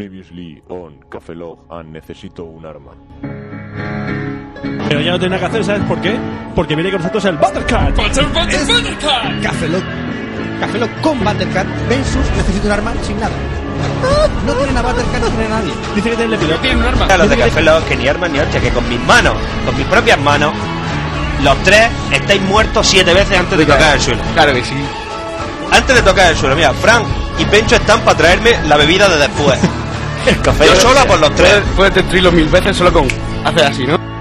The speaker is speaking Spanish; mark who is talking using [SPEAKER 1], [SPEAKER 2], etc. [SPEAKER 1] Previously on Cafelog and Necesito un arma.
[SPEAKER 2] Pero ya no tiene nada que hacer, ¿sabes por qué? Porque viene con nosotros el Buttercat.
[SPEAKER 3] Es Café Lock. Café Lock con Buttercat versus Necesito un arma sin nada. No tienen a Buttercat, no tienen a nadie.
[SPEAKER 2] Dice que tiene el epílogo.
[SPEAKER 4] A los de Café Lock, que ni armas ni hostias, que con mis manos, con mis propias manos, los tres estáis muertos siete veces antes de tocar el suelo.
[SPEAKER 5] Claro que sí.
[SPEAKER 4] Antes de tocar el suelo, mira, Frank y Pencho están para traerme la bebida de después. Yo sola por los tres.
[SPEAKER 5] Puedes destruirlo mil veces solo con hacer así, ¿no?